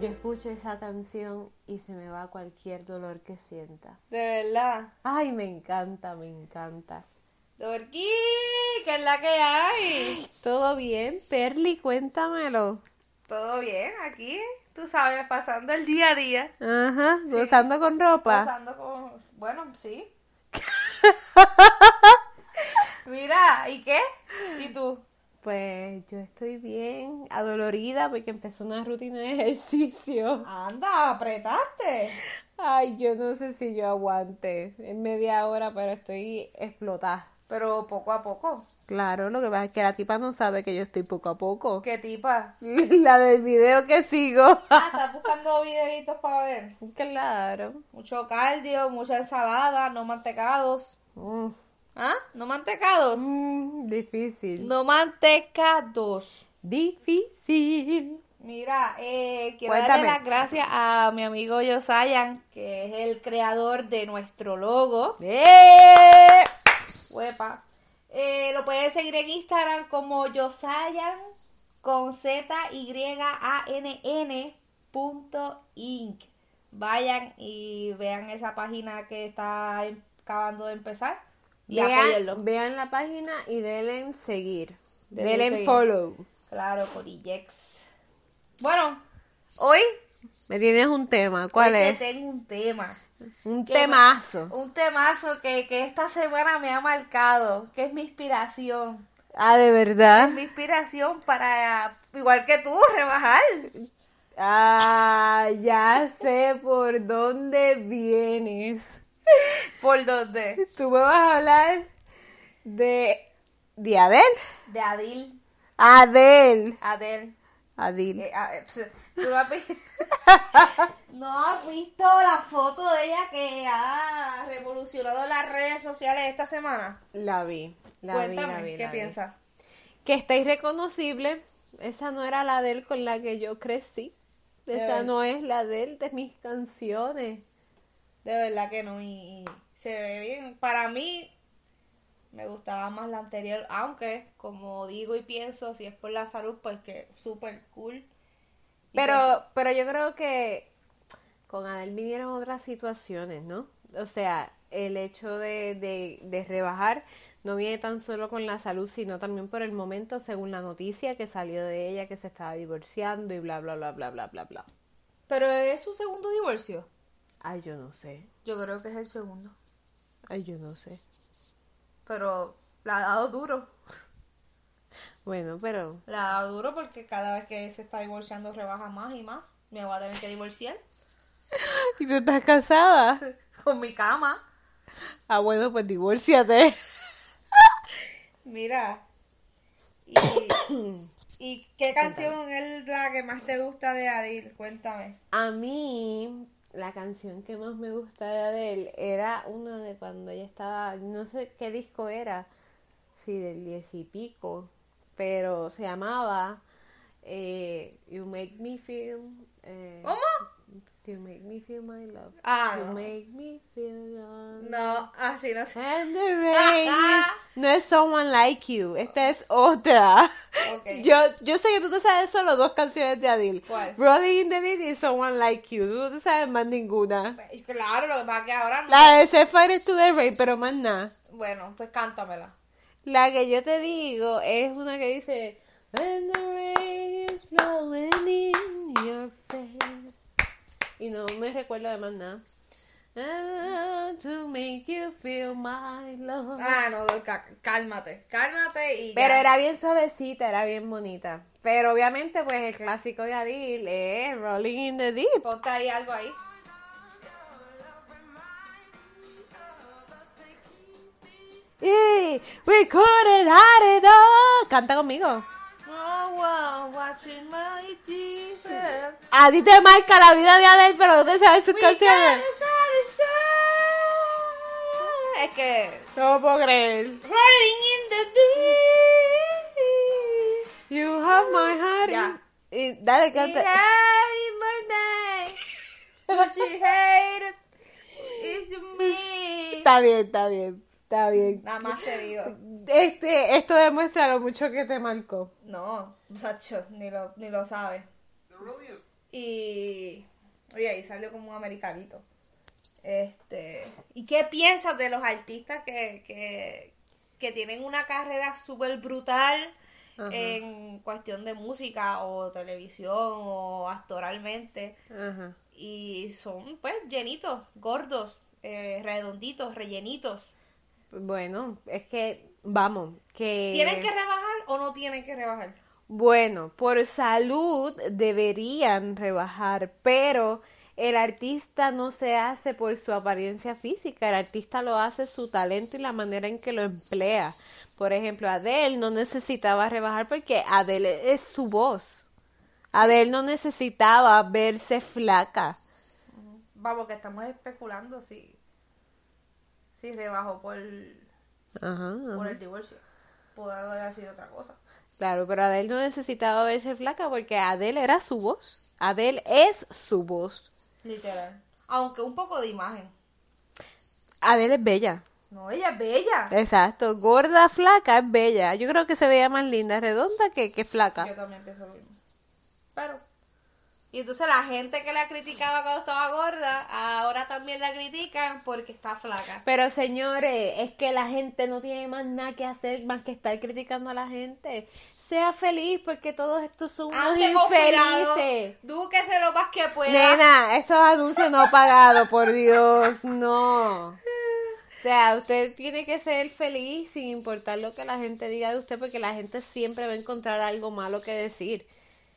Yo escucho esa canción y se me va cualquier dolor que sienta. De verdad. Ay, me encanta, me encanta. Dorqui, que es la que hay. ¿Todo bien? Perly, cuéntamelo. Todo bien aquí, tú sabes, pasando el día a día. Ajá, gozando con ropa. Pasando con. Bueno, sí. Mira, ¿y qué? ¿Y tú? Pues yo estoy bien, adolorida porque empezó una rutina de ejercicio. Anda, apretaste. Ay, yo no sé si yo aguante. Es media hora, pero estoy explotada. Pero poco a poco. Claro, lo que pasa es que la tipa no sabe que yo estoy poco a poco. ¿Qué tipa? La del video que sigo. Ah, estás buscando videitos para ver. Claro. Mucho cardio, mucha ensalada, no mantecados. Mm, ¿Ah? ¿No mantecados? mm, difícil. No mantecados. Difícil. Mira, eh, quiero Cuéntame. darle las gracias a mi amigo Yosayan, que es el creador de nuestro logo. ¡Eh! Huepa. Eh, lo puedes seguir en Instagram como Yosayan con Z Y A N N punto inc. Vayan y vean esa página que está em- acabando de empezar y apóyenlo. Vean, vean la página y denle en seguir. Denle Denle, en en seguir. follow. Claro, Corillex. Bueno, hoy Me tienes un tema. ¿Cuál hoy te es? tengo un tema. Un que me- temazo. Un temazo que, que esta semana me ha marcado, que es mi inspiración. Ah, de verdad. Mi inspiración para, igual que tú, rebajar. Ah, ya sé por dónde vienes. ¿Por dónde? Tú me vas a hablar de. ¿De Adel? De Adil. Adel. Adel. Adil. Eh, a- eh, pf, ¿tú no, has visto, ¿No has visto la foto de ella que ha revolucionado las redes sociales esta semana? La vi. La vi, Cuéntame, la vi, ¿qué la vi. piensas? Que está irreconocible. Esa no era la Adel con la que yo crecí. De Esa ver- no es la Adel de mis canciones. De verdad que no, y, y se ve bien. Para mí, me gustaba más la anterior, aunque, como digo y pienso, si es por la salud, pues que súper cool. Y pues, Pero, pero yo creo que con Adel vinieron otras situaciones, ¿no? O sea, el hecho de, de, de rebajar no viene tan solo con la salud, sino también por el momento, según la noticia que salió de ella, que se estaba divorciando y bla, bla, bla, bla, bla, bla, bla. que- Pero es su segundo divorcio. Ay, yo no sé. Yo creo que es el segundo. Ay, yo no sé. Pero la ha dado duro. Bueno, pero La ha dado duro porque cada vez que se está divorciando rebaja más y más. Me voy a tener que divorciar ¿Y tú estás casada? con mi cama. Ah, bueno, pues divórciate. Mira. ¿Y, y qué canción es la que más te gusta de Adil? Cuéntame. A mí, la canción que más me gusta de Adele era una de cuando ella estaba, no sé qué disco era, si del diez y pico, pero se llamaba eh, You Make Me Feel. eh, ¿Cómo? You Make Me Feel My Love. Ah, You no. Make Me Feel Your No, así no sé. And the rain is- No es Someone Like You, esta es otra. Ok. Yo, yo sé que tú te sabes solo dos canciones de Adil. ¿Cuál? Rolling in the Deep y Someone Like You. Tú no te sabes más ninguna. Claro, lo que pasa es que ahora no. La de Set Fire to the Rain, pero más nada. Bueno, pues cántamela. La que yo te digo es una que dice When the rain is blowing in your face Y no me recuerdo de más nada. Ah, to make you feel my love. Ah, no, ca- cálmate. Cálmate y. ya. Pero era bien suavecita, era bien bonita. Pero obviamente, pues el clásico de Adil es Rolling in the Deep. Ponte ahí algo ahí. Y we couldn't hide it all. Canta conmigo. Oh, wow, watching my tears. A ti te marca la vida de Adel, pero no te sabes sus We gotta canciones. start a show. Es que. No puedo creer. Rolling in the deep. You have my heart. Ya. Y, y dale, You canta. had it my night. What you hate is me. Está bien, está bien, está bien. Nada más te digo. Este, esto demuestra lo mucho que te marcó. No, muchacho, ni lo, ni lo sabes. There really is Y. Oye, ahí salió como un americanito. Este. ¿Y qué piensas de los artistas que, que, que tienen una carrera súper brutal Ajá. en cuestión de música o televisión o actoralmente? Ajá. Y son, pues, llenitos, gordos, eh, redonditos, rellenitos. Bueno, es que, vamos, que... ¿Tienen que rebajar o no tienen que rebajar? Bueno, por salud deberían rebajar, pero el artista no se hace por su apariencia física, el artista lo hace su talento y la manera en que lo emplea. Por ejemplo, Adele no necesitaba rebajar porque Adele es su voz. Adele no necesitaba verse flaca. Vamos, que estamos especulando si, si rebajó por, Ajá, por ajá. el divorcio. Pudo haber sido otra cosa. Claro, pero Adele no necesitaba verse flaca porque Adele era su voz. Adele es su voz. Literal. Aunque un poco de imagen. Adele es bella. No, ella es bella. Exacto, gorda, flaca, es bella. Yo creo que se veía más linda redonda que, que Yo flaca. también pienso lo mismo. Pero. Y entonces la gente que la criticaba cuando estaba gorda, ahora también la critican porque está flaca. Pero señores, es que la gente no tiene más nada que hacer más que estar criticando a la gente. Sea feliz porque todos estos son unos Ande Ah, con cuidado, infelices. dúquese lo más que Pues, pueda. Nena, esos anuncios no pagados, por Dios, no. O sea, usted tiene que ser feliz sin importar lo que la gente diga de usted, porque la gente siempre va a encontrar algo malo que decir.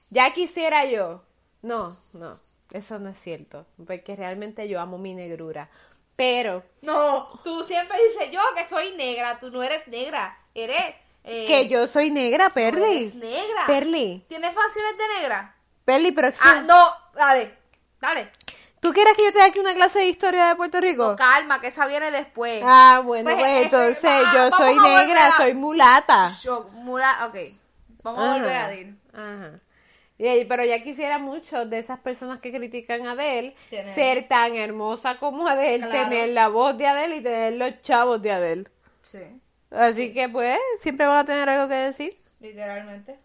Ya quisiera yo. No, no, eso no es cierto, porque realmente yo amo mi negrura. Pero No, tú siempre dices yo que soy negra, tú no eres negra, eres... eh, que yo soy negra, tú eres Perly. negra. Perly, ¿Tienes facciones de negra? Perly, pero Ah, no, dale, dale. ¿tú quieres que yo te dé aquí una clase de historia de Puerto Rico? No, calma, que esa viene después. Oh. Ah, bueno, Pues, pues, este, entonces va- yo vamos soy a volver negra, a- soy mulata. Yo, mula, ok. Vamos Ah. a volver a Ajá, decir. Ajá. Y ahí- pero ya quisiera mucho de esas personas que critican a Adele Tener. ser tan hermosa como Adele, Claro. tener la voz de Adele y tener los chavos de Adele. Sí, Así que pues, siempre van a tener algo que decir. literalmente.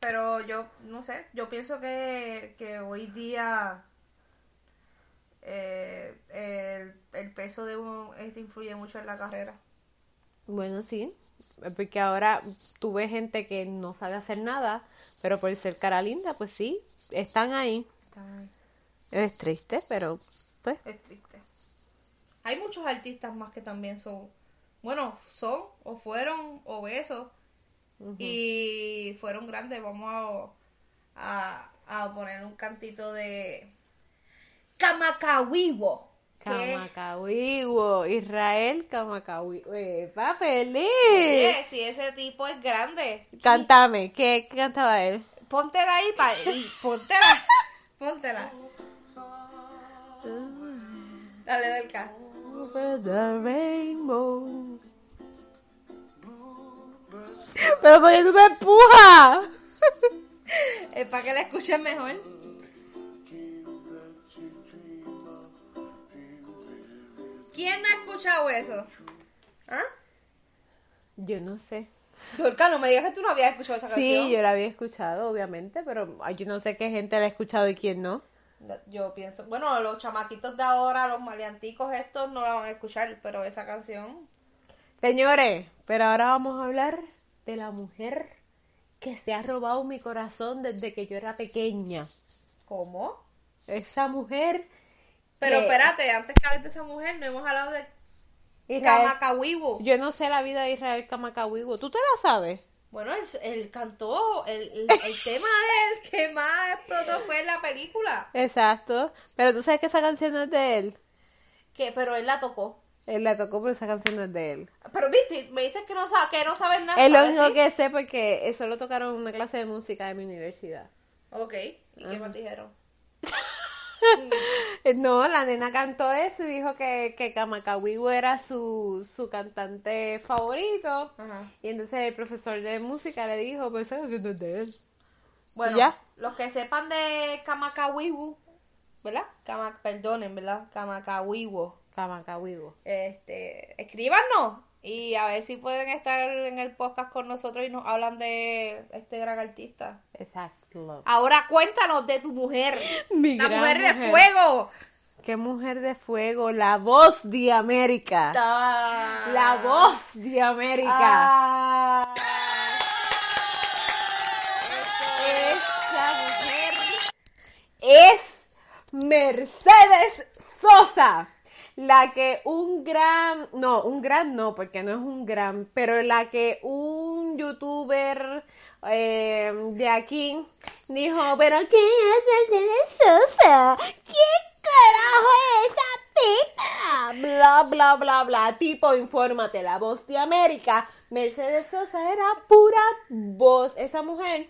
Pero yo, no sé, yo pienso que, que hoy día eh, el, el peso de uno este influye mucho en la carrera. Bueno, sí, porque ahora tuve gente que no sabe hacer nada, pero por ser cara linda, pues sí, están ahí. Está- Es triste, pero pues Es triste. Hay muchos artistas más que también son, bueno, son o fueron obesos y fueron grandes. Vamos a, a, a poner un cantito de Kamakawiwo. que- Camacahuigo, Israel Camacahuigo. ¡Epa, feliz! Oye, si ese tipo es grande, Cántame, ¿qué qué cantaba él? póntela ahí pa, y póntela, póntela. Uh. Dale del caso. Over the rainbow. Pero porque tú me empujas. Es para que la escuchen mejor. ¿Quién no ha escuchado eso? ¿Ah? Yo no sé. Dorca, no me digas que tú no habías escuchado esa canción. Sí, yo la había escuchado, obviamente, pero ay, yo no sé qué gente la ha escuchado y quién no. No, yo pienso, bueno, los chamaquitos de ahora, los maleanticos estos no la van a escuchar, pero esa canción, Señores, pero ahora vamos a hablar de la mujer que se ha robado mi corazón desde que yo era pequeña. ¿cómo? Esa mujer. Pero que- espérate, antes que hables de esa mujer, no hemos hablado de Israel- Kamakawiwo. yo no sé la vida de Israel Kamakawigo. ¿Tú te la sabes? Bueno, él, él cantó, el, el, el tema del que más explotó fue en la película, Exacto. Pero tú sabes que esa canción no es de él. que, pero él la tocó. Él la tocó, pero esa canción no es de él. Pero viste, me dices que no, sa- que no sabes nada. Es lo ¿sabes? único Sí. que sé porque eso lo tocaron en una clase de música de mi universidad. Ok, ¿y qué más dijeron? Eh, No, la nena cantó eso y dijo que, que Kamakawiwo era su, su cantante favorito. Ajá. Y entonces el profesor de música le dijo, pues esa canción no es de él. Bueno, ¿Ya? los que sepan de Kamakawiwu, ¿verdad? Kama, perdonen, ¿verdad? Kamakawiwu. Kamakawiwo. Este, escríbanos Y a ver si pueden estar en el podcast con nosotros y nos hablan de este gran artista. Exacto. Ahora cuéntanos de tu mujer. Mi la gran mujer, de mujer. fuego. ¡Qué mujer de fuego! La voz de América. La voz de América. Ah. Esa mujer es Mercedes Sosa. La que un gran, no, un gran no, porque no es un gran, pero la que un youtuber eh, de aquí dijo, pero ¿quién es Mercedes Sosa? ¿Quién carajo es esa tipa? Bla, bla, bla, bla. Tipo, infórmate, la voz de América. Mercedes Sosa era pura voz. Esa mujer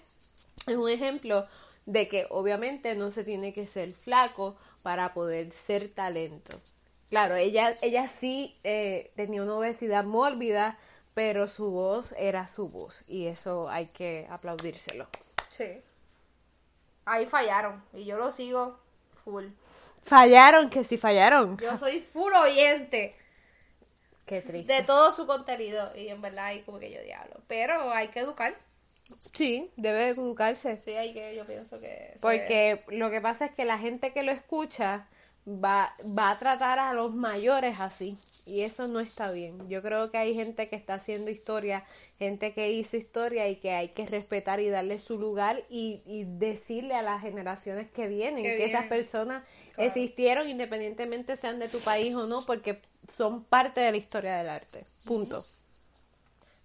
es un ejemplo de que obviamente no se tiene que ser flaco para poder ser talento. Claro, ella, ella sí eh, tenía una obesidad mórbida, pero su voz era su voz y eso hay que aplaudírselo. Sí. Ahí fallaron. Y yo lo sigo full. Fallaron, que sí fallaron. Yo soy full oyente Qué triste. de todo su contenido. Y en verdad ahí como que yo diablo. Pero hay que educar. Sí, debe educarse. Sí, hay que, yo pienso que. Porque lo que pasa es que la gente que lo escucha va, va a tratar a los mayores así. Y eso no está bien. Yo creo que hay gente que está haciendo historia, gente que hizo historia y que hay que respetar y darle su lugar y, y decirle a las generaciones que vienen Que que esas vienen. personas Claro. existieron independientemente sean de tu país o no, porque son parte de la historia del arte. Punto.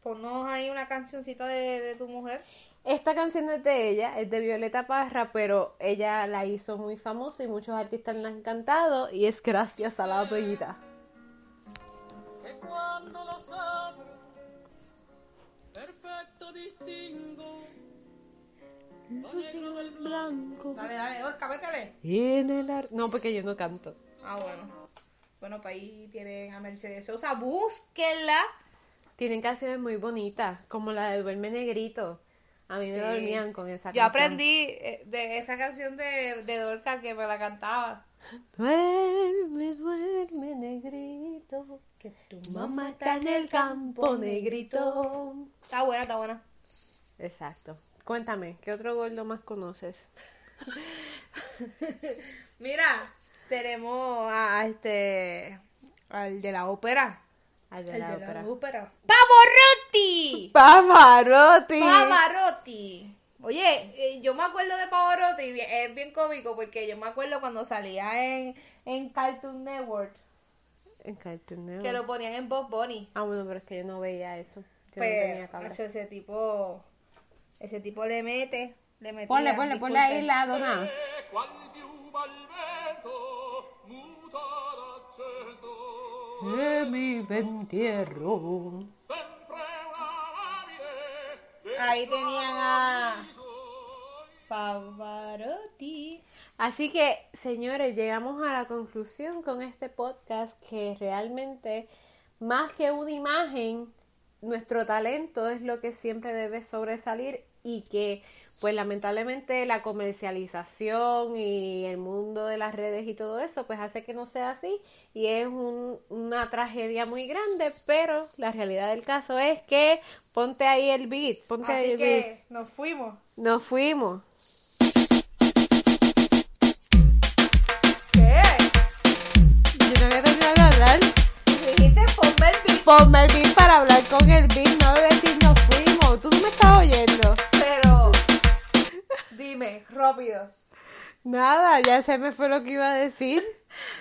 Ponnos ahí una cancioncita de, de tu mujer. Esta canción no es de ella, es de Violeta Parra, pero ella la hizo muy famosa y muchos artistas la han cantado y es gracias a la bellita. que cuando los abro, perfecto distingo lo negro del blanco. Dale, dale, Dorca, métele. En el ar- No, porque yo no canto. Ah, bueno. Bueno, pues ahí tienen a Mercedes Sosa. Búsquenla. Tienen canciones muy bonitas, como la de Duerme Negrito. A mí me Sí. dormían con esa Yo canción. aprendí eh, de esa canción de, de Dorca que me la cantaba. Duerme, duerme, negrito. Que tu mamá está en el campo, negrito. Está buena, está buena. Exacto. Cuéntame, ¿qué otro gordo más conoces? Mira, tenemos a, a este. al de la ópera. Al El de la ópera. ópera. ¡Pavarotti! Pavarotti. ¡Pavarotti! Oye, eh, yo me acuerdo de Pavarotti, bien- es bien cómico porque yo me acuerdo cuando salía en, en Cartoon Network, En Cartoon Network. que lo ponían en Bob Bunny. Ah, bueno, pero es que yo no veía eso. Yo no Pero tenía cable. macho, ese tipo, ese tipo le mete, le mete. Ponle, ponle, ponle ahí la dona. E qual piuma al vento muta l'accento, De mi entierro. sempre una labile del Ahí tenían a Pavarotti. Así que, señores, llegamos a la conclusión con este podcast que realmente, más que una imagen, nuestro talento es lo que siempre debe sobresalir y que, pues lamentablemente, la comercialización y el mundo de las redes y todo eso, pues hace que no sea así y es un- una tragedia muy grande, pero la realidad del caso es que ponte ahí el beat, ponte ahí Así el beat. que nos fuimos. Nos fuimos. ¿Qué? Yo no había terminado de hablar. Dijiste ponme el beat, Ponme el beat para hablar con el beat, no de decir nos fuimos. Tú no me estás oyendo. pero dime rápido. Nada, ya se me fue lo que iba a decir.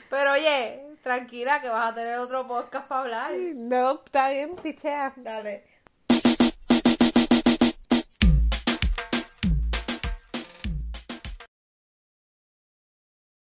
Pero oye, tranquila que vas a tener otro podcast para hablar. No, está bien, pichea. Dale.